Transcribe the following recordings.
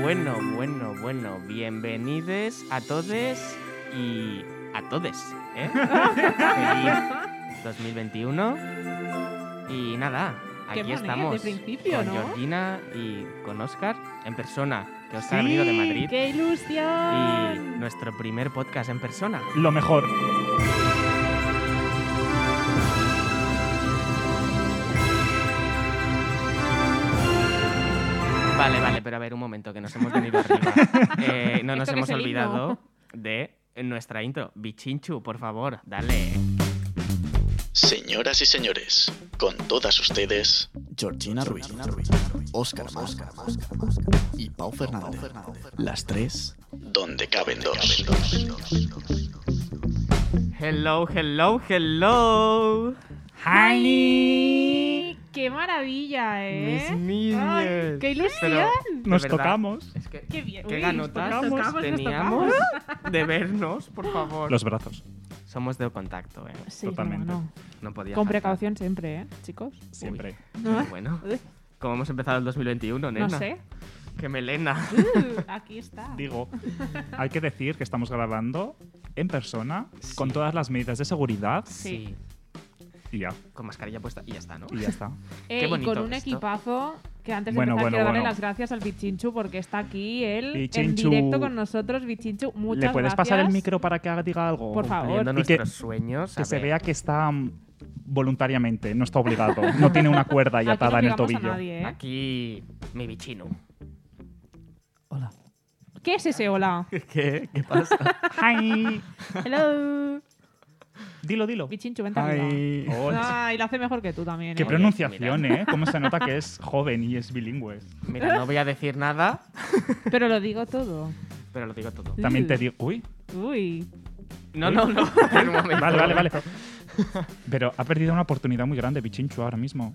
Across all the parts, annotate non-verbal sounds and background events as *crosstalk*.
Bueno, bueno, bueno. Bienvenides a todos y a todes. ¿eh? Feliz 2021. Y nada, Qué aquí manera estamos. de principio, con ¿no? Georgina y con Oscar en persona, que os Sí, ha venido de Madrid. ¡Qué Y ilusión! nuestro primer podcast en persona. Lo mejor. Vale, vale, pero a ver, un momento, que nos hemos venido *laughs* arriba. Eh, no nos ¿Esto qué hemos es el olvidado de nuestra intro. Bichinchu, por favor, dale. Señoras y señores, con todas ustedes, Georgina Ruiz, Oscar Mas y Pau Fernández. Las tres donde caben dos. Hello, hello, hello. ¡Ay! ¡Qué maravilla, eh! Ay, ¡Qué ilusión! Pero, de Nos verdad, tocamos Es que, ¡Qué bien! ¿Qué Uy, ganotas nos tocamos, nos teníamos tocamos. de vernos, por *laughs* favor? los brazos. Somos de contacto, ¿eh? Sí, Totalmente. cómo No podía no. Con faltar. precaución siempre, ¿eh, chicos? Siempre. Pero *laughs* Bueno, ¿cómo hemos empezado el 2021, nena? No sé. ¡Qué melena! Uh, aquí está. Digo, hay que decir que estamos grabando en persona, con todas las medidas de seguridad Sí. y ya, Con mascarilla puesta y ya está, ¿no? y *laughs* ya está. Eh, Qué y bonito con un esto. equipazo que antes de Bueno, empezar bueno, quiero darle bueno. las gracias al Bichinchu porque está aquí él Bichinchu. en directo con nosotros. Bichinchu, muchas ¿Le puedes gracias. pasar el micro para que haga- diga algo? Por favor. Cumpliendo Y que- nuestros sueños. Que a se ver. vea que está mm, voluntariamente, no está obligado, no tiene una cuerda Aquí y no atada en el obligamos a tobillo. *laughs* nadie, ¿eh? Aquí, mi bichino. ¿Qué es ese *laughs* hola? ¿Qué? ¿Qué pasa? ¡Hi! Hello. Dilo, dilo. Bichinchu, vente arriba. Ay. Oh, Ay, lo hace mejor que tú también. ¡Qué ¿eh? Oye, pronunciación, eh! ¿Cómo se nota que es joven y es bilingüe? Mira, no voy a decir nada, Pero lo digo todo. pero lo digo todo. También te digo... ¡Uy! Uy. No, no, *laughs* no. Espera un momento. Vale, vale, vale. Pero ha perdido una oportunidad muy grande Bichinchu ahora mismo.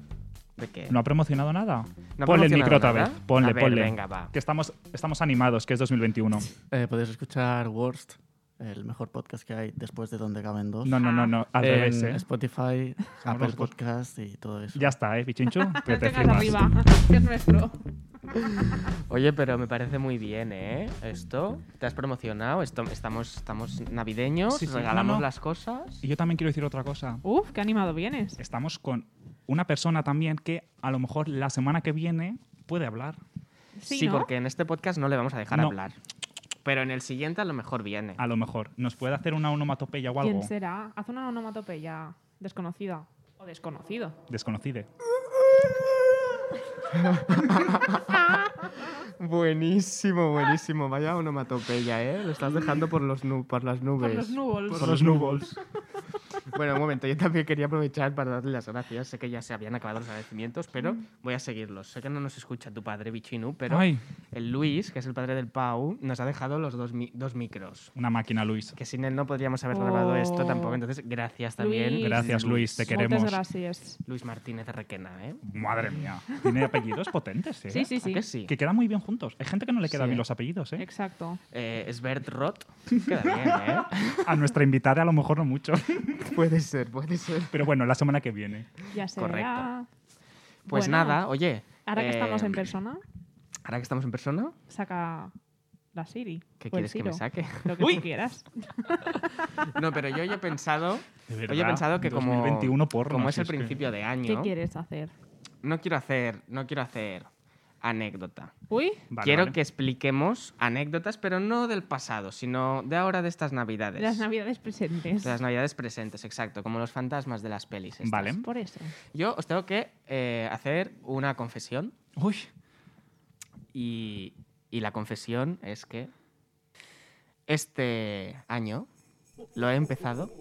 ¿De qué? No ha promocionado nada. ¿No ha ponle el promocionado micro otra vez. nada? Ponle, A ver, ponle. venga, va. Que estamos, estamos animados, que es 2021. Eh, podéis escuchar Worst, el mejor podcast que hay después de Donde Caben Dos. No, no, no, no. Al en revés, ¿eh? Spotify, Apple los dos. Podcast y todo eso. Ya está, ¿eh, Bichinchu? Que No te tengas flipas. arriba, que es nuestro. Oye, pero me parece muy bien, ¿eh? Esto. Te has promocionado. Esto, estamos, estamos navideños. Sí, sí, regalamos no, no. las cosas. Y yo también quiero decir otra cosa. Uf, qué animado vienes. Estamos con una persona también que a lo mejor la semana que viene puede hablar. Sí, Sí, ¿no? porque en este podcast no le vamos a dejar No. Ah. hablar. Pero en el siguiente a lo mejor viene. A lo mejor. Nos puede hacer una onomatopeya o algo. ¿Quién será? Haz una onomatopeya desconocida. O desconocido. Desconocide. *laughs* Buenísimo, buenísimo. Vaya onomatopeya, ¿eh? Lo estás dejando por, los por las Por los pues, nubols. los nubols. Bueno, un momento, yo también quería aprovechar para darle las gracias. Sé que ya se habían acabado los agradecimientos, pero voy a seguirlos. Sé que no nos escucha tu padre, Bichinu, pero Mm. Ay. el Luis, que es el padre del Pau, nos ha dejado los dos, mi- dos micros. Una máquina, Luis. Que sin él no podríamos haber grabado esto Oh. tampoco. Entonces, gracias también. Luis. Gracias, Luis. Te queremos. Muchas gracias. Luis Martínez Requena, ¿eh? Madre mía. Tiene apellidos potentes, ¿eh? Sí, sí, ¿A sí. que sí? Que quedan muy bien juntos. Hay gente que no le quedan Sí. bien los apellidos, *laughs* ¿eh? Exacto. Eh, Svert Roth. Queda bien, A nuestra invitada a lo mejor no mucho. *laughs* ¿eh? puede ser, puede ser. Pero bueno, la semana que viene. Ya se Correcto. verá. Pues Bueno, nada, oye. Ahora que eh, estamos en persona, Ahora que estamos en persona, saca la Siri. ¿qué o el quieres que me Siro, *laughs* saque? Lo que *laughs* tú quieras. No, pero yo ya he pensado De Oye, he pensado que como, 2021 porno, como es si el es que- principio de ¿Qué año, quieres hacer? no quiero hacer, no quiero hacer anécdota. Uy, Vale, quiero vale. que expliquemos anécdotas, pero no del pasado, sino de ahora de estas navidades. de las navidades presentes. De las navidades presentes, exacto, como los fantasmas de las pelis. estas. Vale. Por eso. Yo os tengo que eh, hacer una confesión Uy, y, y la confesión es que este año lo he empezado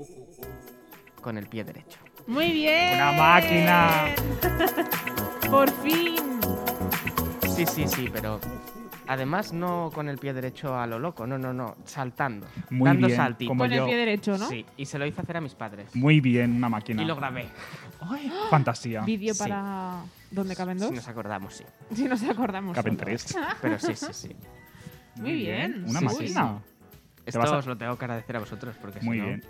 con el pie derecho. Muy bien. ¡Una máquina! *laughs* Por fin. Sí, sí, sí, pero además no con el pie derecho a lo loco, no, no, no, saltando, Muy dando bien, saltitos. como Con el yo. pie derecho, ¿no? Sí, y se lo hice hacer a mis padres. muy bien, una máquina. Y lo grabé, Ay, *gasps* fantasía. Vídeo Sí. para donde caben dos. si nos acordamos, *laughs* sí. Si nos acordamos. Caben solo. tres. Pero sí, sí, sí. Muy bien. Una Sí, máquina. Esto vas a- os lo tengo que agradecer a vosotros porque si Muy no- bien.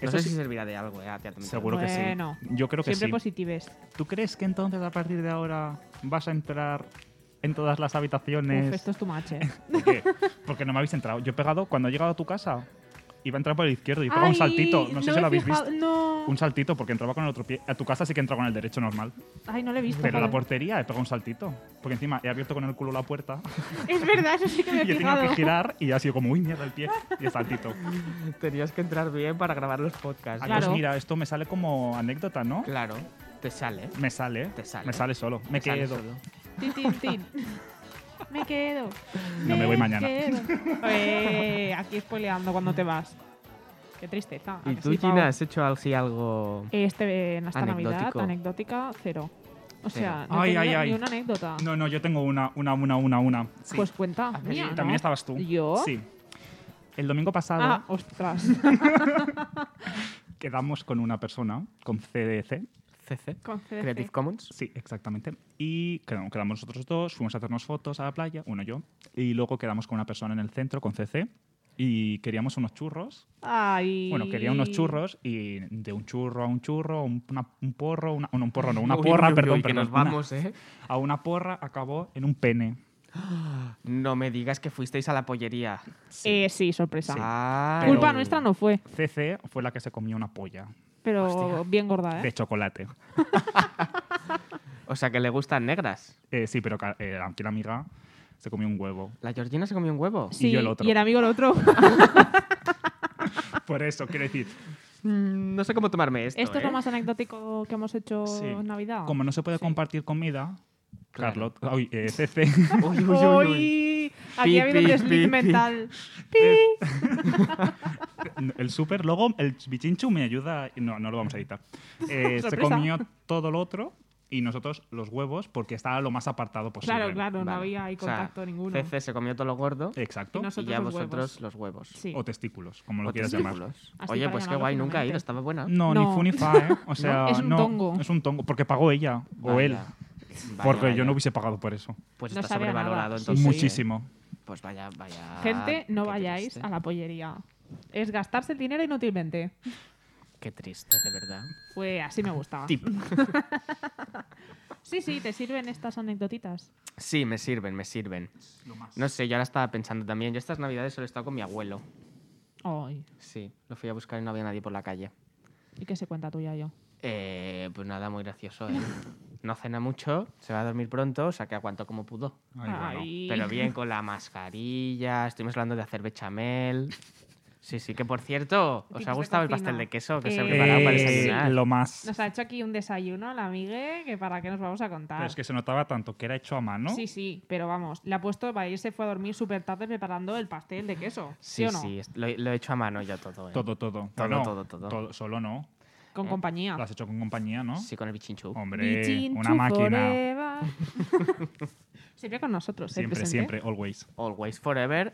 No Eso sé si sí- servirá de algo, eh, a ti, a tu mitad. Seguro que Bueno. sí. Yo creo que Siempre sí. positives. ¿Tú crees que entonces a partir de ahora vas a entrar en todas las habitaciones. Uf, esto es tu ¿eh? mache. ¿Por qué? Porque no me habéis entrado. Yo he pegado, cuando he llegado a tu casa, iba a entrar por el izquierdo *laughs* y he pegado un saltito. No sé si lo habéis visto. No. Un saltito, porque entraba con el otro pie. A tu casa sí que entraba con el derecho normal. Ay, no lo he visto. Pero la joder. portería he pegado un saltito. Porque encima he abierto con el culo la puerta *laughs* Es verdad, eso sí que me y *laughs* he he tenido que fijado. girar y ha sido como, uy, mierda, el pie. Y *laughs* el saltito. *laughs* Tenías que entrar bien para grabar los podcasts. Claro. Ah, Claro. pues mira, esto me sale como anécdota, ¿no? te sale. Me sale. Te sale. Me sale solo. Me Te sale quedo. solo. Tin, tin, *laughs* tin. Me quedo. No, me voy mañana. *laughs* quedo. Eh, aquí spoileando cuando te vas. Qué tristeza. ¿a ¿Y que tú, sí, Pau? Gina, has hecho así algo? Este, en esta Navidad, Anecdótico. anecdótica, cero. O sea, Cero. no Ay, tenía ay, ay. ni una anécdota. No, no, yo tengo una, una, una, una, una. Sí. Pues cuenta. Ah, mía, También ¿no? estabas tú. ¿Yo? Sí. El domingo pasado Ah, *laughs* ostras. quedamos con una persona, con E CDC. CC. Con CDC. Creative Commons. Sí, exactamente. Y quedamos, quedamos nosotros dos, fuimos a hacernos fotos a la playa, uno yo, y luego quedamos con una persona en el centro, con CC, y queríamos unos churros. Ay. Bueno, quería unos churros, y de un churro a un churro, un, una- un porro, una, no, un *laughs* porro, no, una Uy, porra, uy, uy, perdón, que perdón, nos una- vamos, ¿eh? a una porra acabó en un pene. No me digas que fuisteis a la pollería. Eh, sí, sorpresa. Ah, Pero- Culpa nuestra no fue, CC fue la que se comió una polla pero Hostia. bien gorda, de ¿eh? chocolate. O sea, que le gustan negras. Eh, sí, pero ca- eh, aunque la amiga se comió un huevo. *laughs* ¿La Georgina se comió un huevo? Sí, y yo el otro. y el amigo *laughs* el otro. Por eso, quiero decir, Mm, No sé cómo tomarme esto. Esto es lo ¿eh? más anecdótico que hemos hecho Sí. en Navidad. como no se puede Sí. compartir comida, Claro. Carlot, ay, eh, CC, Uy, uy, uy, uy. Uy, Aquí Pi, ha habido un pi, pi, desliz pi. Eh, mental. el super logo, el bichinchu me ayuda, no, no lo vamos *laughs* a editar. Eh, se Sorpresa. comió todo lo otro y nosotros los huevos porque estaba lo más apartado posible. Claro, claro, no Vale. había ahí O sea, contacto ninguno. CC se comió todo lo gordo Exacto. Y nos- y Nosotros ya los vosotros huevos. los huevos. Sí. O testículos, como O lo quieras llamar. testículos. Así Oye, para pues qué llamarlo guay, nunca he finalmente. ido, estaba buena. No, ni No. fu ni fa, *laughs* ¿eh? O sea, No, es un no, tongo. Es un tongo, porque pagó ella o Vaya. él. Vaya, Porque yo vaya. no hubiese pagado por eso. Pues No está sabe a nada. sobrevalorado Sí, entonces. ¿eh? Muchísimo. Pues vaya, vaya. Gente, no Ah, qué vayáis triste. a la pollería. Es gastarse el dinero inútilmente. Qué triste, de verdad. Pues así me gusta. Tip. *laughs* Sí, sí, te sirven estas anecdotitas. Sí, me sirven, me sirven. No sé, yo ahora estaba pensando también. Yo estas navidades solo he estado con mi abuelo. Ay, Sí, lo fui a buscar y no había nadie por la calle. ¿y qué se cuenta tuya yo? Eh, pues nada, muy gracioso. *laughs* ¿eh? No cena mucho, se va a dormir pronto, o sea que aguantó como pudo. Ay, bueno. Ay. Pero *laughs* bien, con la mascarilla, estuvimos hablando de hacer bechamel. Sí, sí, que por cierto, ¿os Tips de ha gustado el cocina. pastel de queso que se Eh, ha preparado para Eh, desayunar? lo más. Nos ha hecho aquí un desayuno la amigue, que para qué nos vamos a contar. Pero es que se notaba tanto que era hecho a mano. Sí, sí, pero vamos, le ha puesto para irse fue a dormir súper tarde preparando el pastel de queso. ¿Sí, Sí, o no? sí, es- lo, lo he hecho a mano yo todo. ¿eh? Todo, todo. Todo, No, todo, todo. Solo no. Con Eh, compañía. Lo has hecho con compañía, ¿no? Sí, con el bichinchu. Hombre, Bichin una chu máquina. *laughs* forever. siempre con nosotros, ¿eh? Siempre, presente. siempre, always. Always, forever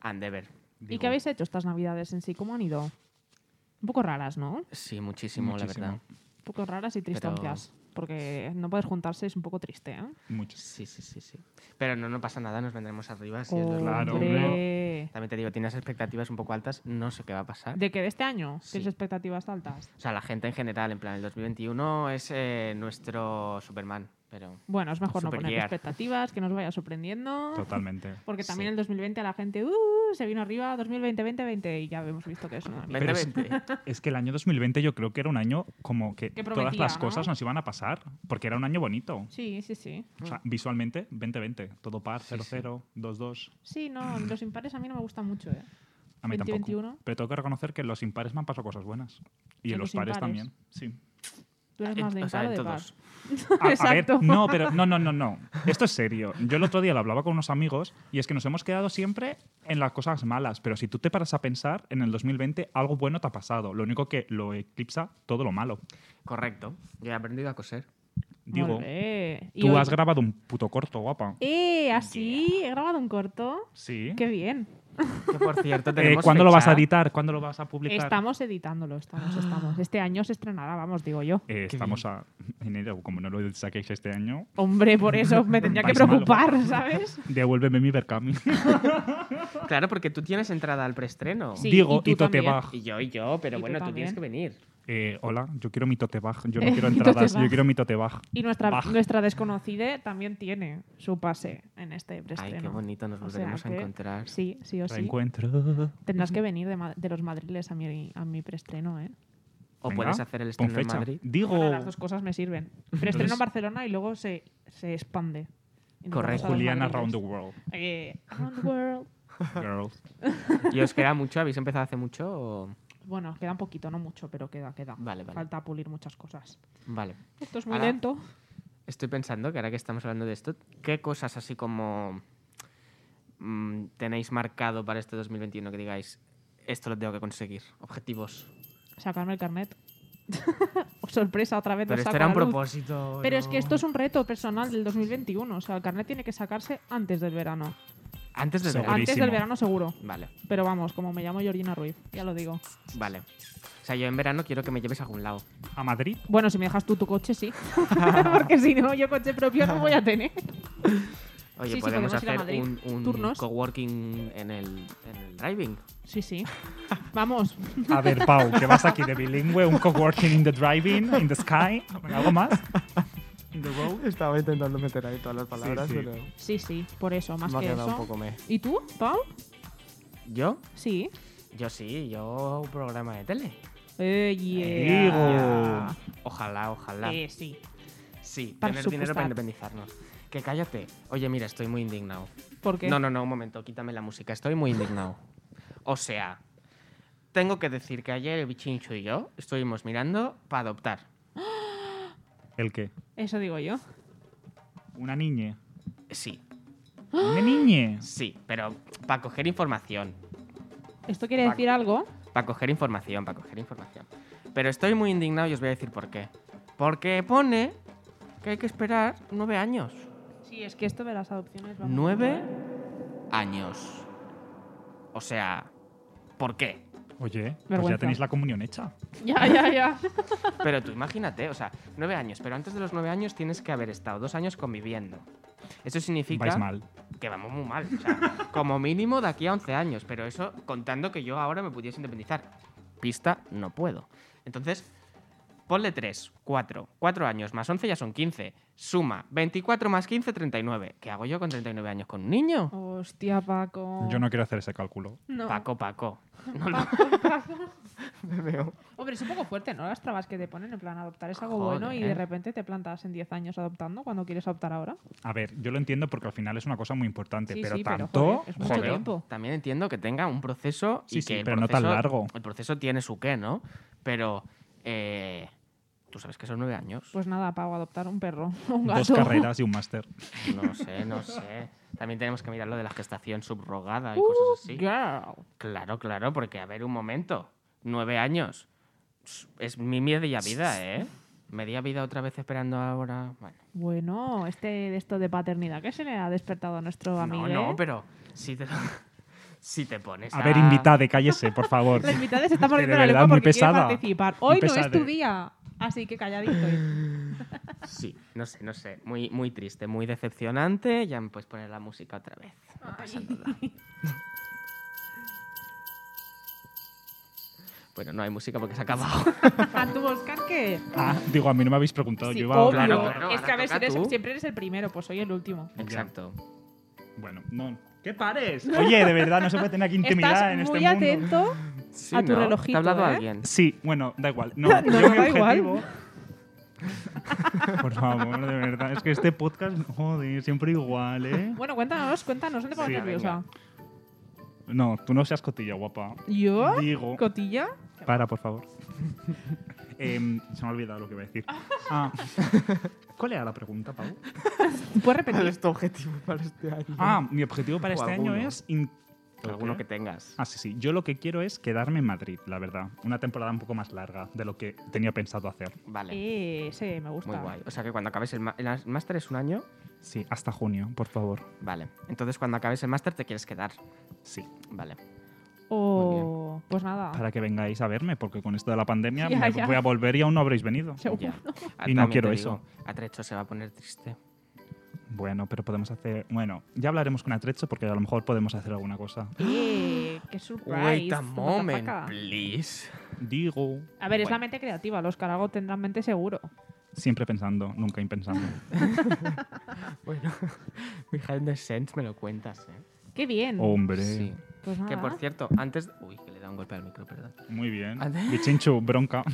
and ever. Oh. ¿Y qué habéis hecho estas navidades en sí? ¿Cómo han ido? Un poco raras, ¿no? Un Sí, muchísimo, Muchísimo. la verdad. poco raras y tristoncias. Porque no poder juntarse es un poco triste, ¿eh? Muchos. Sí, sí, sí, sí. Pero no, no pasa nada, nos vendremos arriba. Si es lo- Claro, Hombre. También te digo, tienes expectativas un poco altas, no sé qué va a pasar. ¿De qué? ¿De este año? Sí. ¿Tienes expectativas altas? O sea, la gente en general, en plan, el 2021 es eh, nuestro Superman, pero... Bueno, es mejor no poner Supergear. expectativas, que nos vaya sorprendiendo. Totalmente. Ah, Porque también Sí. el 2020 la gente uh, se vino arriba, 2020, 2020, y ya hemos visto que es una mierda. Pero es- 2020. Es que el año 2020 yo creo que era un año como que, Que todas prometía, las ¿no? cosas nos iban a pasar. Porque era un año bonito. Sí, sí, sí. O sea, visualmente, 2020. Todo par, 0-0, 2-2. Sí, no, los impares a mí no me gustan mucho, ¿eh? A mí 2021. tampoco. Pero tengo que reconocer que en los impares me han pasado cosas buenas. Y En en los los, pares impares. también. Sí. Tú eres En- más de Eh, o impar sea, o en Ah, de par. todos. *laughs* A- A, ver, Exacto. no, pero no, no, no, no. Esto es serio. Yo el otro día lo hablaba con unos amigos y es que nos hemos quedado siempre en las cosas malas, pero si tú te paras a pensar, en el 2020 algo bueno te ha pasado. Lo único que lo eclipsa todo lo malo. Correcto. Yo he aprendido a *laughs* coser. Digo, Olé. Y tú hoy- has grabado un puto corto, guapa. ¡Eh! Así, he grabado un corto. Sí. ¡Qué bien! Que, por cierto, Eh, tenemos ¿Cuándo lo vas a fecha. editar? ¿Cuándo lo vas a publicar? Estamos editándolo, *gasps* estamos, estamos. Este año se estrenará, vamos, digo yo. Eh, Qué estamos a enero, como no lo saquéis este año. *laughs* Hombre, por eso me tendría que Vais malo. preocupar, ¿sabes? Devuélveme mi Berkami. Claro, porque tú tienes entrada al preestreno. Sí, *laughs* Digo, y tú y, te también. va. Y yo, y yo, pero Y tú bueno, tú, tienes también. que venir. eh, hola, yo quiero mi tote bag, yo no Eh, Pues quiero mi entradas, tote bag. yo quiero mi tote bag. Y nuestra, Baj. nuestra desconocida también tiene su pase en este preestreno. Ay, qué bonito, nos O volveremos sea a que- encontrar. Sí, sí o sí. Reencuentro. Tendrás que venir de, ma- de los madriles a mi, a mi preestreno, ¿eh? O Venga, puedes hacer el pon estreno en fecha. Madrid. Digo, Bueno, las dos cosas me sirven. Preestreno Oh. Entonces- en Barcelona y luego se, se expande. Y nos Correcto. vamos a los Juliana madriles. Round the World, Eh, around the world. *laughs* girls. ¿Y os queda mucho? ¿Habéis empezado hace mucho? o- Bueno, queda un poquito, no mucho, pero queda, queda. Vale, vale. Falta pulir muchas cosas. Vale. Esto es muy Ahora- lento. Estoy pensando que ahora que estamos hablando de esto, ¿qué cosas así como mm, tenéis marcado para este 2021 que digáis, esto lo tengo que conseguir? Objetivos. Sacarme el carnet. *laughs* Sorpresa, otra vez lo Pero esto saco era a un la luz. propósito. Pero es que no. esto es un reto personal del 2021. O sea, el carnet tiene que sacarse antes del verano. Antes de Segurísimo. Antes del verano seguro. Vale, Pero vamos, como me llamo Georgina Ruiz, ya lo digo. vale. O sea, yo en verano quiero que me lleves a algún lado. A Madrid, Bueno, si me dejas tú tu coche, *laughs* sí. *laughs* Porque si no, yo coche propio no voy a tener. Oye, Sí, sí, podemos, podemos ir a hacer Madrid. un, un Turnos. coworking en el, en el driving. Sí, sí. *laughs* Vamos. a ver, Pau, ¿qué vas aquí de bilingüe? ¿Un coworking in the driving, in the sky? ¿Algo más? In the road. Estaba intentando meter ahí todas las palabras, Sí, sí. pero Sí, sí, por eso, más me ha que quedado eso. un poco me. ¿Y tú, Pau? ¿Yo? Sí. Yo sí, yo un programa de tele. Eh, yeah. Digo. Ojalá, ojalá. Eh, Ah. sí. Sí, Para tener su dinero para costado. independizarnos. Que cállate. Oye, mira, estoy muy indignado. Porque No, no, no, un momento, quítame la música. Estoy muy indignado. O sea, tengo que decir que ayer el bichincho y yo estuvimos mirando para adoptar. ¿El qué? eso digo yo. Una niña. Sí, Una niña. sí, pero para coger información. Esto quiere Vale. decir algo. Para coger información, para coger información. Pero estoy muy indignado y os voy a decir por qué. Porque pone que hay que esperar nueve años. Sí, es que esto de las adopciones. vamos, Nueve ¿eh? años. O sea, ¿por qué? Oye, pues ya Vergüenza. tenéis la comunión hecha. Ya, ya, ya. Pero tú imagínate, o sea, nueve años, pero antes de los nueve años tienes que haber estado dos años conviviendo. Eso significa Vais mal. que vamos muy mal. O sea, como mínimo de aquí a 11 años, pero eso contando que yo ahora me pudiese independizar. Pista, no puedo. Entonces, ponle 3, 4, 4 años más 11 ya son 15. Suma 24 más 15, 39. ¿Qué hago yo con 39 años? ¿Con un niño? Hostia, Paco. Yo no quiero hacer ese cálculo. No. Paco, Paco. *laughs* No lo *laughs* me veo. Hombre, es un poco fuerte, ¿no? Las trabas que te ponen, en plan, adoptar es algo Joder. bueno y de repente te plantas en 10 años adoptando cuando quieres adoptar ahora. A ver, yo lo entiendo porque al final es una cosa muy importante, Sí, pero sí, pero, tanto. joder, es mucho joder. tiempo. También entiendo que tenga un proceso y Sí, sí, que el pero no tan proceso- largo. El proceso tiene su qué, ¿no? Pero eh, tú sabes que son nueve años. Pues nada, Pau, adoptar un perro *laughs* o un Dos gato. carreras y un máster. No sé, no sé. También tenemos que mirar lo de la gestación subrogada y Uh, cosas así. girl. Claro, claro, porque a ver un momento. Nueve años. Es- Es mi media vida, ¿eh? Media vida otra vez esperando ahora. Bueno. Bueno, este de esto de paternidad que se le ha despertado a nuestro amigo. eh? No, no, pero si te, *laughs* si te pones. A ver, invitade, cállese, por *laughs* favor. Los invitados se están Es *laughs* que de mordiendo la verdad, lengua muy porque quieren pesada. eh. participar. Muy Hoy no es pesade. tu día, así que calladito. Sí, no sé, no sé. Muy, muy triste, muy decepcionante. Ya me puedes poner la música otra vez. No pasa nada. Bueno, no hay música porque se ha acabado. A tu Oscar que... Ah, digo, a mí no me habéis preguntado. Sí, yo iba a obvio. hablar- Claro, claro, es ahora que a ver, si toca eres- tú. siempre eres el primero, pues soy el último. Exacto. Bueno, no. ¿Qué pares? *laughs* Oye, de verdad, no se puede tener aquí intimidad Estás en este muy mundo. atento. Sí, A tu ¿no? Te relojito, ha hablado ¿eh? alguien. Sí, bueno, da igual. No, *laughs* No, yo no, mi da igual. objetivo- *laughs* Por favor, de verdad. Es que este podcast, joder, siempre igual, ¿eh? Bueno, cuéntanos, cuéntanos, no te pongas Sí, nerviosa. No, tú no seas cotilla, guapa. ¿Yo? Digo. ¿Cotilla? Para, por favor. Em, se me ha olvidado lo que iba *laughs* a decir. Ah, ¿Cuál era la pregunta, Pau? *laughs* ¿Puedes repetir? tu objetivo para este año? Ah, mi objetivo para este año alguno. es... in- Alguno ¿Qué? que tengas. Ah, sí, sí. Yo lo que quiero es quedarme en Madrid, la verdad. Una temporada un poco más larga de lo que tenía pensado hacer. Vale. Eh, sí, me gusta. Muy guay. O sea que cuando acabes el, ma- el as- máster es un año. Sí, hasta junio, por favor. Vale. Entonces cuando acabes el máster te quieres quedar. Sí, Vale. O... Pues nada. para que vengáis a verme, porque con esto de la *laughs* pandemia Ya, me ya. voy a volver y aún no habréis venido. Seguro. Ya. Ah, Y no también quiero te eso. digo, Atrecho se va a poner triste. Bueno, pero podemos hacer. Bueno, ya hablaremos con Atrecho porque a lo mejor podemos hacer alguna cosa. *laughs* Eh, ¡Qué surprise! Wait a what the moment, fuck. please. *laughs* Digo, A ver, es la Bueno. mente creativa. Los caragos tendrán mente seguro. siempre pensando, *laughs* nunca impensando. Bueno, *laughs* behind the scenes me lo cuentas, ¿eh? ¡Qué bien! Hombre. Sí. Pues nada. Que por cierto, antes. Uy, que le da un golpe al micro, perdón. Muy bien. Ande- Bichinchu, *laughs* bronca.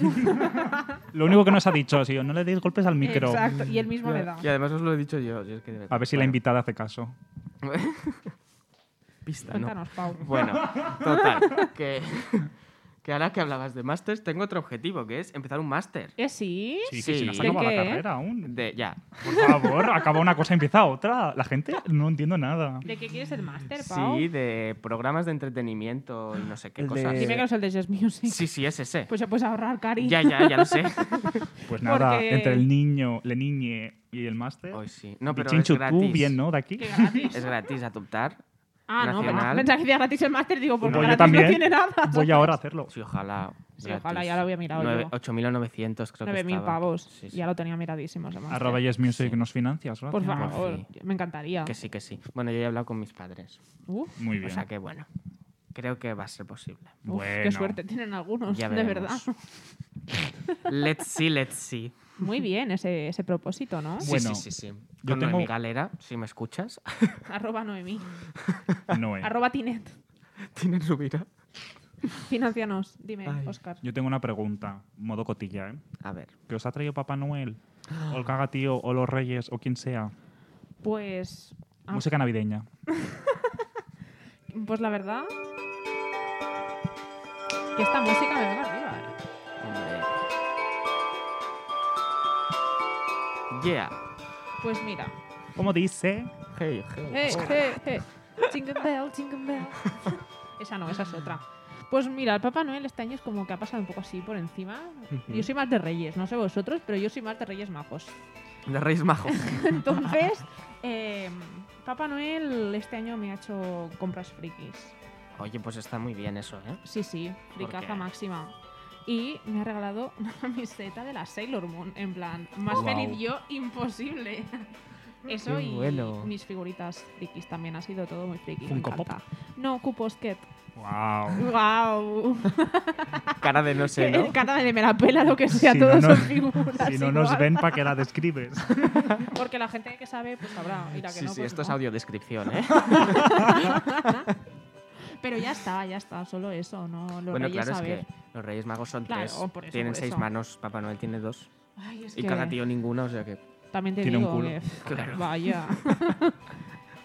Lo único que nos ha dicho ha sido, no le deis golpes al micro. Exacto, y él mismo le da. Y además os lo he dicho yo. yo es que de- A ver si la Bueno, invitada hace caso. *laughs* Pista, ¿no? Cuéntanos, Pau. Bueno, total. Que, que ahora que hablabas de másters, tengo otro objetivo, que es empezar un máster. ¿Eh, sí? Sí, Sí. que si no se ha ¿De acabado la qué? carrera aún. De, ya. Por favor, acaba una cosa y empieza otra. La gente no entiendo nada. ¿De qué quieres el máster, Pau? Sí, de programas de entretenimiento y no sé qué El cosas. de- Dime que no es el de Jazz Music. Sí, sí, es ese. Pues ya puedes ahorrar, Cari. Ya, ya, ya lo *laughs* sé. Pues nada, Porque- entre el niño, la niñe y el máster. Hoy sí. No, pero Bichinchu, es gratis. tú bien, ¿no? De aquí. Que gratis. Es gratis adoptar. Ah, no, pero Nacional. pensaba que decía gratis el máster. Digo, porque No, yo gratis no también. tiene nada. Voy ahora a hacerlo. Sí, ojalá. Sí, gratis. ojalá, ya lo había mirado Nueve- yo. 8.900 creo que 9.000 estaba. pavos. Sí, sí. Ya lo tenía miradísimo ese máster. Arroba Yes Music nos financias, Por gracias. favor, Por me encantaría. Que sí, que sí. Bueno, yo ya he hablado con mis padres. Uf, Muy bien. O sea que bueno. Creo que va a ser posible. uf, Bueno. qué suerte tienen algunos, Ya de verdad. veremos. Let's see, let's see. Muy bien ese, ese propósito, ¿no? Sí, Bueno, sí, sí, sí. yo Con Noemí tengo- Galera, si me escuchas. *laughs* Arroba Noemí. Noé, Arroba Tinet. Tienen su vida. Financianos. Dime, Ay. Oscar. yo tengo una pregunta, modo cotilla, ¿eh? A ver. ¿Que os ha traído Papá Noel? ¿O el cagatío? ¿O los reyes? ¿O quien sea? Pues. ah, Música navideña. Pues la verdad. Que esta música me venga arriba. ¿eh? hombre. Yeah. Pues mira. ¿Cómo dice? Hey, Oh, hey. Eh, eh, eh. Jingle bell, jingle bell. *laughs* Esa no, esa es otra. Pues mira, el Papá Noel este año es como que ha pasado un poco así por encima. Yo soy más de Reyes, no sé vosotros, pero yo soy más de Reyes Majos. De Reyes Majos. *laughs* Entonces, eh, Papá Noel este año me ha hecho compras frikis. Oye, pues está muy bien eso, ¿eh? Sí, sí, ¿Por qué? fricaza máxima. Y me ha regalado *laughs* una camiseta de la Sailor Moon, en plan, más Wow. feliz yo, *laughs* imposible. Eso Qué y bueno. mis figuritas frikis también ha sido todo muy friki. me Funko Pop. encanta. No, Cuposket. *laughs* *laughs* ¡Wow! ¡Guau! Cara de *laughs* no sé, ¿no? El cara de me la pela lo *laughs* que sea, Si no todos nos- son figuras. Si no nos igual. ven, ¿para qué la describes? Porque la gente que sabe, pues sabrá. Y la que Sí, no, sí, pues esto es no. audiodescripción, ¿eh? Pero ya está, ya está, solo eso, no lo bueno, reyes claro, a es ver. que los Reyes Magos son Claro, tres. por eso, Tienen por seis eso. manos, Papá Noel tiene dos. Ay, es Y que cada tío ninguna, o sea que. También te Tiene un digo culo. que- Claro. *laughs* Vaya. ya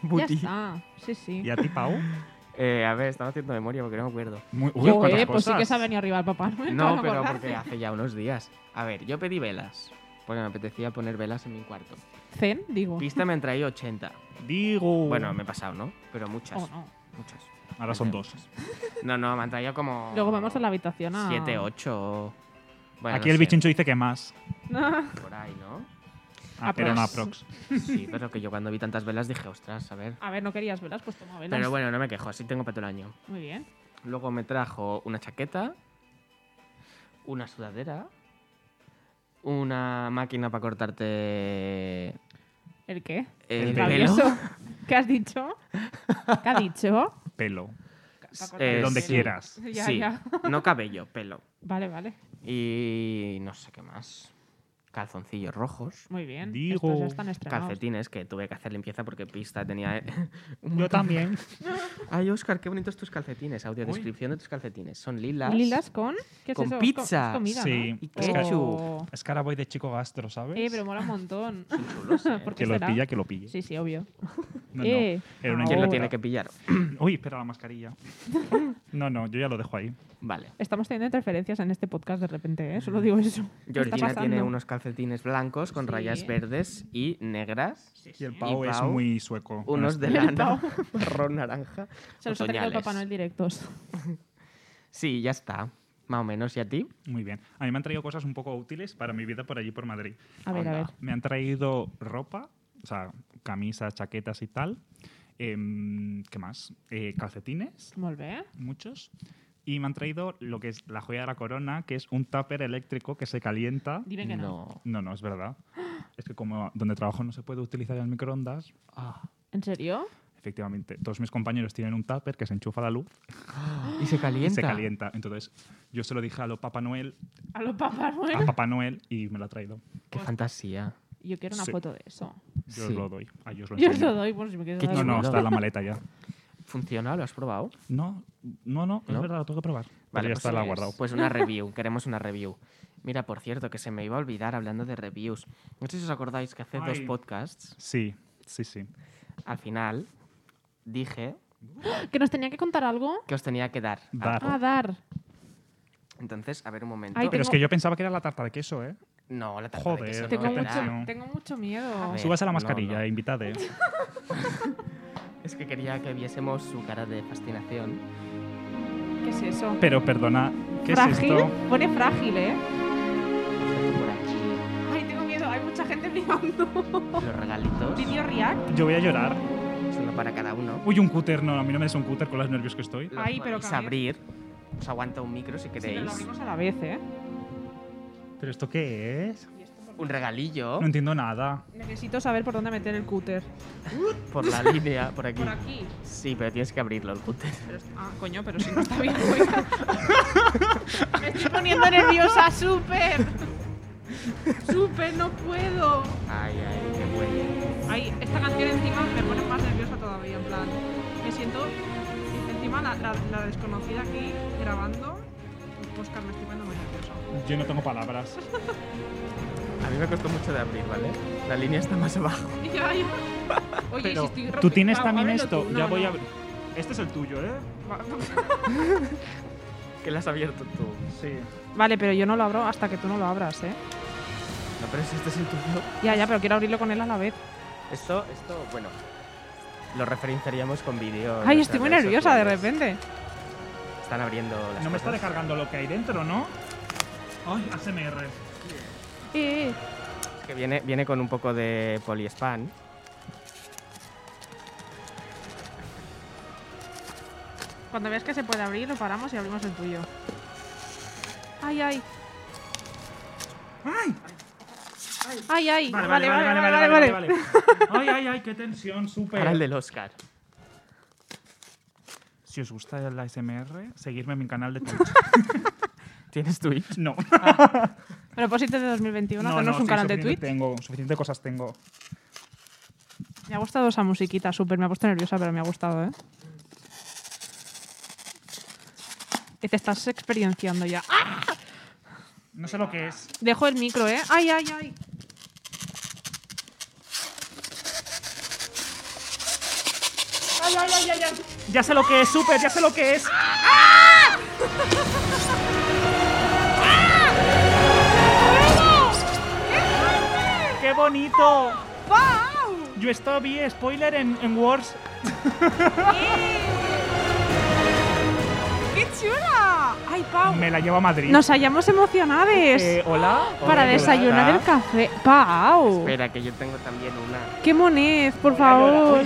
Buti. está, sí, sí. ¿Y a ti, Pau? Eh, a ver, estaba haciendo memoria porque no me acuerdo. Muy, uy, Yo, cuántas eh, pues sí que cosas. se ha venido arriba el papá. Noel No, para pero acordarte. porque hace ya unos días. A ver, yo pedí velas. Porque me apetecía poner velas en mi cuarto. Zen, digo. Pista me han traído 80. Digo. Bueno, me he pasado, ¿no? Pero muchas. Oh, no. Muchas. Ahora son dos. No, no, me han traído como. Luego vamos a la habitación a... 7, 8. *laughs* Bueno, Aquí no el sé, bichincho dice que más. Por ahí, ¿no? Ah, pero no Aprox. aprox. Sí, pero que yo cuando vi tantas velas dije, ostras, a ver. *laughs* A ver, no querías velas, pues toma velas. Pero bueno, no me quejo, así tengo para todo el año. Muy bien. Luego me trajo una chaqueta, una sudadera, una máquina para cortarte ¿El qué? el, pelo. El Travieso. *laughs* ¿Qué has dicho? ¿Qué *laughs* ha dicho? Pelo. Eh, donde sí. quieras. *laughs* Ya, sí, ya. no cabello, pelo. Vale, vale. Y no sé qué más. Calzoncillos rojos. Muy bien. Digo. Estos ya están estrenados. Calcetines que tuve que hacer limpieza porque pista *laughs* tenía. eh, Yo también. Ay, Oscar, qué bonitos tus calcetines. Audiodescripción de tus calcetines. Son lilas. ¿Lilas con? ¿Qué es Con eso? pizza. Es comida, Sí. ¿no? Y Es que, ketchup. Oh. *laughs* es que ahora voy de chico gastro, ¿sabes? Eh, pero mola *laughs* un montón. *laughs* chulos, ¿eh? ¿Por qué que lo será? pilla, que lo pille. Sí, sí, obvio. No, no. Eh, Era una ahora. ¿Quién lo Ahora. tiene que pillar? Uy, espera *laughs* la mascarilla. No, no, yo ya lo dejo ahí. Vale. Estamos teniendo interferencias en este podcast de repente, ¿eh? Solo digo eso. ¿Qué está *laughs* Georgina tiene pasando? unos calcetines blancos con Sí. rayas verdes y negras. Sí, Y el sí. Pau Y es Pau, muy sueco. Ah, con Unos esto. de lana *laughs* marrón naranja. Se los ha traído el otoñales. Papá Noel directos. Sí, ya está. Más o menos. ¿Y a ti? *laughs* Muy bien. A mí me han traído cosas un poco útiles para mi vida por allí, por Madrid. A ver, a Anda. ver. Me han traído ropa, o sea, camisas, chaquetas y tal. Em, ¿Qué más? Eh, calcetines, Molt bé. muchos. Y me han traído lo que es la joya de la corona, que es un tupper eléctrico que se calienta. Dime que no. no. No, no, es verdad. Es que como donde trabajo no se puede utilizar el microondas, Ah. ¿En serio? efectivamente, todos mis compañeros tienen un tupper que se enchufa la luz *gasps* Y se calienta. y se calienta. Entonces, yo se lo dije a lo Papá Noel, A los papás, a Noel. Papá Noel y me lo ha traído. Qué fantasía. Yo quiero una Sí. foto de eso. Yo Sí. os lo doy. Ah, yo os lo Yo os enseño. lo doy por si me quieres Qué dar No, algo. no, Chulo. está en la maleta ya. ¿Funciona? ¿Lo has probado? No, no, no, es ¿No? verdad, lo tengo que probar. Pero ya pues está, la he es- guardado. Pues *laughs* una review, queremos una review. Mira, por cierto, que se me iba a olvidar hablando de reviews. No sé si os acordáis que hace dos Ay. podcasts, Sí, sí, sí. al final, dije Que nos tenía que contar algo. que os tenía que dar. Dar. algo. A dar. Entonces, a ver un momento. Ay, Pero es tengo- que yo pensaba que era la tarta de queso, ¿eh? No, la tarta Joder, de queso no, Tengo, qué espera. mucho, pena. tengo mucho miedo. A ver. Súbase la no, mascarilla, ¿eh? no. invitade. Es que quería que viésemos su cara de fascinación. ¿Qué es eso? Pero perdona, ¿qué frágil. es esto? Pone frágil, ¿eh? Por aquí, Ay, tengo miedo. Hay mucha *laughs* gente mirando. Oh. los regalitos. Video react. Yo voy a llorar. Es uno para cada uno. Uy, un cúter, no, a mí no me des un cúter con los nervios que estoy. Los Ay, pero podéis Camila. abrir. Os aguanta un micro si Sí, pero lo queréis. abrimos a la vez, ¿eh? ¿Pero esto qué es? un regalillo No entiendo nada. Necesito saber por dónde meter el cúter. por la línea, por aquí. *laughs* Por aquí. Sí, pero tienes que abrirlo el cúter. Pero es- ah, coño, pero si no está bien. *laughs* oiga. Me estoy poniendo nerviosa, súper. Súper, no puedo. Ay, ay, qué bueno. Ay, esta canción encima me pone más nerviosa todavía, en plan. Me siento encima la, la- la desconocida aquí grabando. Pues Oscar, me estoy poniendo muy nerviosa. *laughs* Yo no tengo palabras. A mí me costó mucho de abrir, ¿vale? La línea está más abajo. Ya, ya. Oye, Pero si estoy rompiendo. tú tienes Pau, también ábrelo esto. tú. No, ya voy no. a abrir. Este es el tuyo, ¿eh? Va- Que la has abierto tú. Sí. Vale, pero yo no lo abro hasta que tú no lo abras, ¿eh? No, pero si este es el tuyo. Ya, ya, pero quiero abrirlo con él a la vez. Esto, esto, bueno. Lo referenciaríamos con vídeo. en Ay, nuestras estoy muy redes nerviosa de sociales. repente. Están abriendo las No me está cosas. descargando lo que hay dentro, ¿no? Ay, ASMR. Eh, eh. Que viene, viene con un poco de poliespan. Cuando veas que se puede abrir, lo paramos y abrimos el tuyo. Ay, ay. ¡Ay! Ay, ay. Vale, vale, vale, vale, vale, vale, Ay, ay, ay, qué tensión, Ahora el súper. del Oscar. Si os gusta el ASMR, seguidme en mi canal de Twitch. ¿Tienes Twitch? *laughs* No. Propósitos de 2021, no, hacernos no, un sí, canal de suficiente Twitch. Tengo, suficiente cosas tengo. Me ha gustado esa musiquita, súper. Me ha puesto nerviosa, pero me ha gustado, ¿eh? Que te estás experienciando ya. ¡Ah! No sé lo que es. Dejo el micro, ¿eh? ¡Ay, ay, ay! ¡Ay, ay, ay, ay! ay. Ya sé lo que es, súper, ya sé lo que es. ¡Qué bonito! ¡Pau! Yo esto vi spoiler en, en Wars. ¡Qué chula! ¡Ay, Pau! Me la llevo a Madrid. Nos hallamos emocionades Eh, hola. para hola, desayunar hola. el café. ¡Pau! Espera, que yo tengo también una. ¡Qué monez, por Voy a favor! llorar.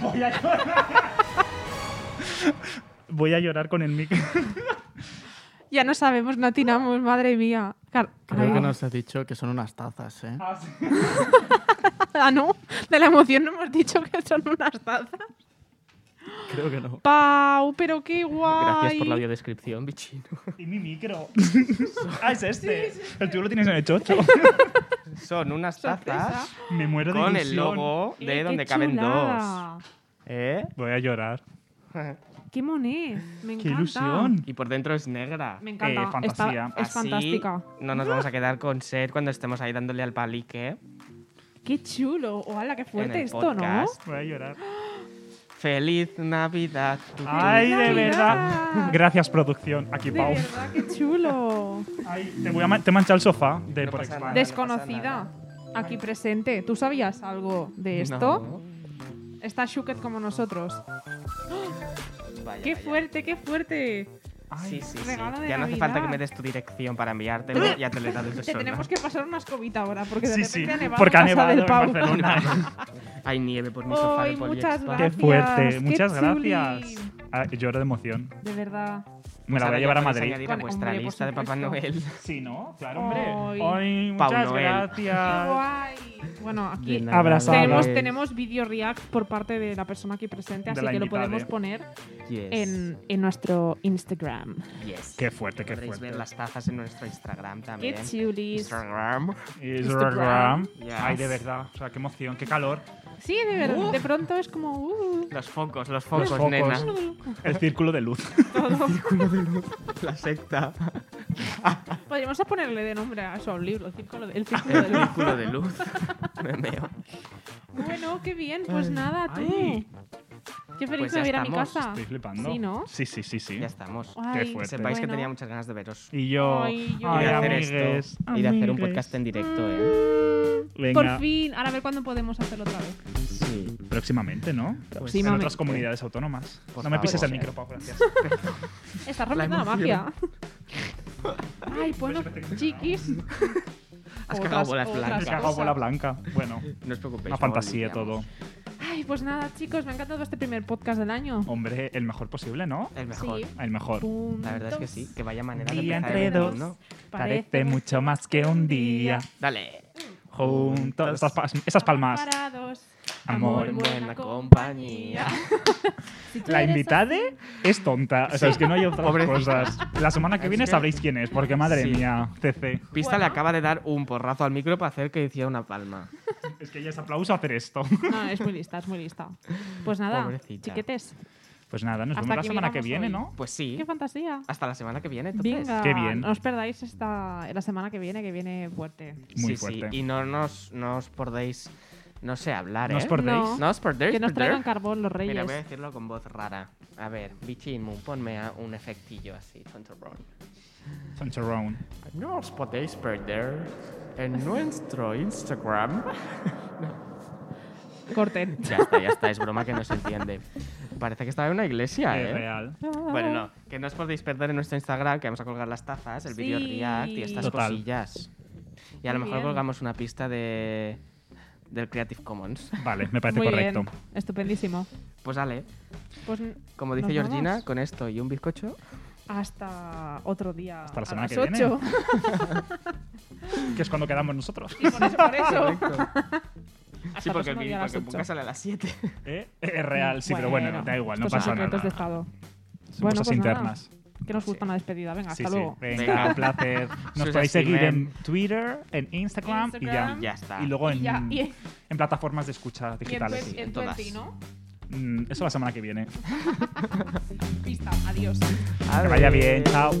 Voy a llorar. Voy a llorar con el mic. Ya no sabemos, no atinamos, madre mía. Car- Creo Ay. que nos ha dicho que son unas tazas, ¿eh? *laughs* Ah, no, de la emoción no hemos dicho que son unas tazas. Creo que no. ¡Pau! ¡Pero qué guay! Gracias por la audiodescripción, bichino. y mi micro. ah, es este. El tuyo lo tienes en *laughs* el chocho. *laughs* Son unas Sorpresa. tazas Me muero de con el ilusión. logo Eh, de qué donde caben dos. chulada. ¿Eh? Voy a llorar. ¡Qué monez! Me encanta. ¡Qué ilusión! Y por dentro es negra. Me encanta. Eh, fantasía. Está- es Así fantástica. No nos vamos a quedar con sed cuando estemos ahí dándole al palique. ¡Qué chulo! ¡Hola, qué en fuerte el esto, podcast. Voy a llorar. ¡Feliz Navidad! tú, tú. Ay, de Navidad. verdad. Gracias, producción. Aquí, no! Pau. De verdad, qué *laughs* chulo. Ay, te, voy a ma- te mancha el sofá de No por pasa expand. nada. Desconocida, aquí presente. ¿Tú sabías algo de esto? No. Está Shuket como *gasps* nosotros. Vaya, ¡Qué vaya. fuerte, qué fuerte! Ay, Sí, sí, sí. Ya no Regalo de hace Navidad. falta que me des tu dirección para enviártelo. ya te lo he *laughs* dado yo Te tenemos que pasar una escobita ahora, porque de Sí, repente sí, ha nevado porque en ha casa nevado del en Pau. Barcelona. Hay nieve por mi sofá Ay, de muchas poliéster. *laughs* gracias. Qué fuerte, Qué muchas chuli. gracias. Ah, lloro de emoción. De verdad. me la voy ahora a ya llevar a podéis Madrid. añadir a Bueno, vuestra hombre, por lista de Papá supuesto. *laughs* Noel. Sí, ¿no? Claro, Hoy. hombre. Hoy, Pau muchas Noel. gracias. ¡Qué guay! Bueno, De aquí nada, Abrazado. tenemos, Noel. tenemos video react por parte de la persona aquí presente, De así la que lo invitada. eh. podemos poner Yes. en, en nuestro Instagram. Yes. Qué fuerte, qué Podréis ver fuerte. las tazas en nuestro Instagram también. ¡Qué chulis! Instagram. Instagram. Yes. Ay, de verdad. O sea, qué emoción, qué calor. Sí, de verdad. De pronto es como. uh, Los focos, los focos, focos. nena. El círculo de luz. todo. La secta. *laughs* Podríamos ponerle de nombre a eso a un libro, el círculo de, el círculo *laughs* El de luz. círculo de luz. *laughs* Me meo. Bueno, qué bien, pues nada, tú. Ay. Qué feliz Pues me ya voy a ir a mi estamos. casa. Estoy flipando. Ah. Sí, ¿no? Sí, sí, sí, sí. Ya estamos. Ay, Qué Que fuerte. Pues sepáis que Bueno. tenía muchas ganas de veros. Y yo. Ay, yo- y Ay, de hacer amigues, esto. Y de hacer un amigues. podcast en directo, ¿eh? Venga. Por fin, ahora a ver cuándo podemos hacerlo otra vez. Sí. Próximamente, ¿no? en Próximamente. otras comunidades autónomas. Por no me pises el favor. micro, Pau, gracias. Estás rompiendo la, emoción. Pues magia. *laughs* Ay, bueno, chiquis. *laughs* Has cagado bolas otras blancas. Me Las he cagado cosas. bola blanca. Bueno, No os preocupéis. una luego fantasía todo. limpiamos. Ay, pues nada, chicos, me ha encantado este primer podcast del año. Hombre, el mejor posible, ¿no? El Oh, mejor. Sí. El mejor. Puntos. La verdad es que sí. Que vaya manera de Día empezar entre el dos. mundo. Parece mucho más que un día. Dale. Juntos. Esas, pa- esas palmas. Parados. Amor, Por buena compañía. compañía. *laughs* Si tú La eres invitada es tonta. O sea, es que no hay otras Pobrecita. cosas. La semana que Es viene que- sabréis quién es, porque madre Sí. mía, CC. Pista le acaba de dar un porrazo al micro para hacer que hiciera una palma. Es que ya es aplauso hacer esto. *laughs* No, es muy lista, es muy lista. Pues nada, Pobrecita. chiquetes. Pues nada, nos Hasta vemos la aquí semana que llegamos viene, hoy. ¿no? Pues sí. ¡Qué fantasía! Hasta la semana que viene, entonces. Venga, Qué bien. no os perdáis esta, la semana que viene, que viene fuerte. Muy sí, fuerte. sí. Y no nos, no os pordéis, no sé, hablar, No ¿eh? os pordéis. No. No os pordéis. Que nos perder. traigan carbón los ¿Eh? Mira, reyes. voy a decirlo con voz rara. A ver, Bichi Moon, ponme a un efectillo así, tontorrón. Sancho Round. No os podéis perder en nuestro Instagram. Corten. *laughs* Ya está, ya está, es broma que no se entiende. Parece que estaba en una iglesia, Es ¿eh? real. Ah. Bueno, no, que no os podéis perder en nuestro Instagram, que vamos a colgar las tazas, el vídeo Sí. react y estas Total. cosillas. Y a lo Muy mejor bien. colgamos una pista de del Creative Commons. *laughs* Vale, me parece Muy correcto. bien. Estupendísimo. Pues dale, Pues como dice ¿nos vamos? Georgina, con esto y un *laughs* bizcocho, hasta otro día. Hasta la a semana las que viene. *laughs* 8. Que es cuando quedamos nosotros. Y por eso, por eso. Sí, porque el próximo día vídeo a las porque nunca ocho. sale a las 7. ¿Eh? Es real, sí, pero bueno, da igual, no estos pasa secretos nada. de Estado. Son Bueno, cosas pues nada. internas. Que nos gusta Sí. una despedida. Venga, Sí, hasta sí. luego. Venga. Venga, *laughs* un placer. Nos Sus podéis seguir en esquimen. Twitter, en Instagram, Instagram. Ya y ya. está. Y luego en, Y ya, y- en plataformas de escucha Y en, digitales. twen- en todas. 20, ¿no? Mm, eso la semana que viene. Pista. Adiós. Que vaya bien, chao.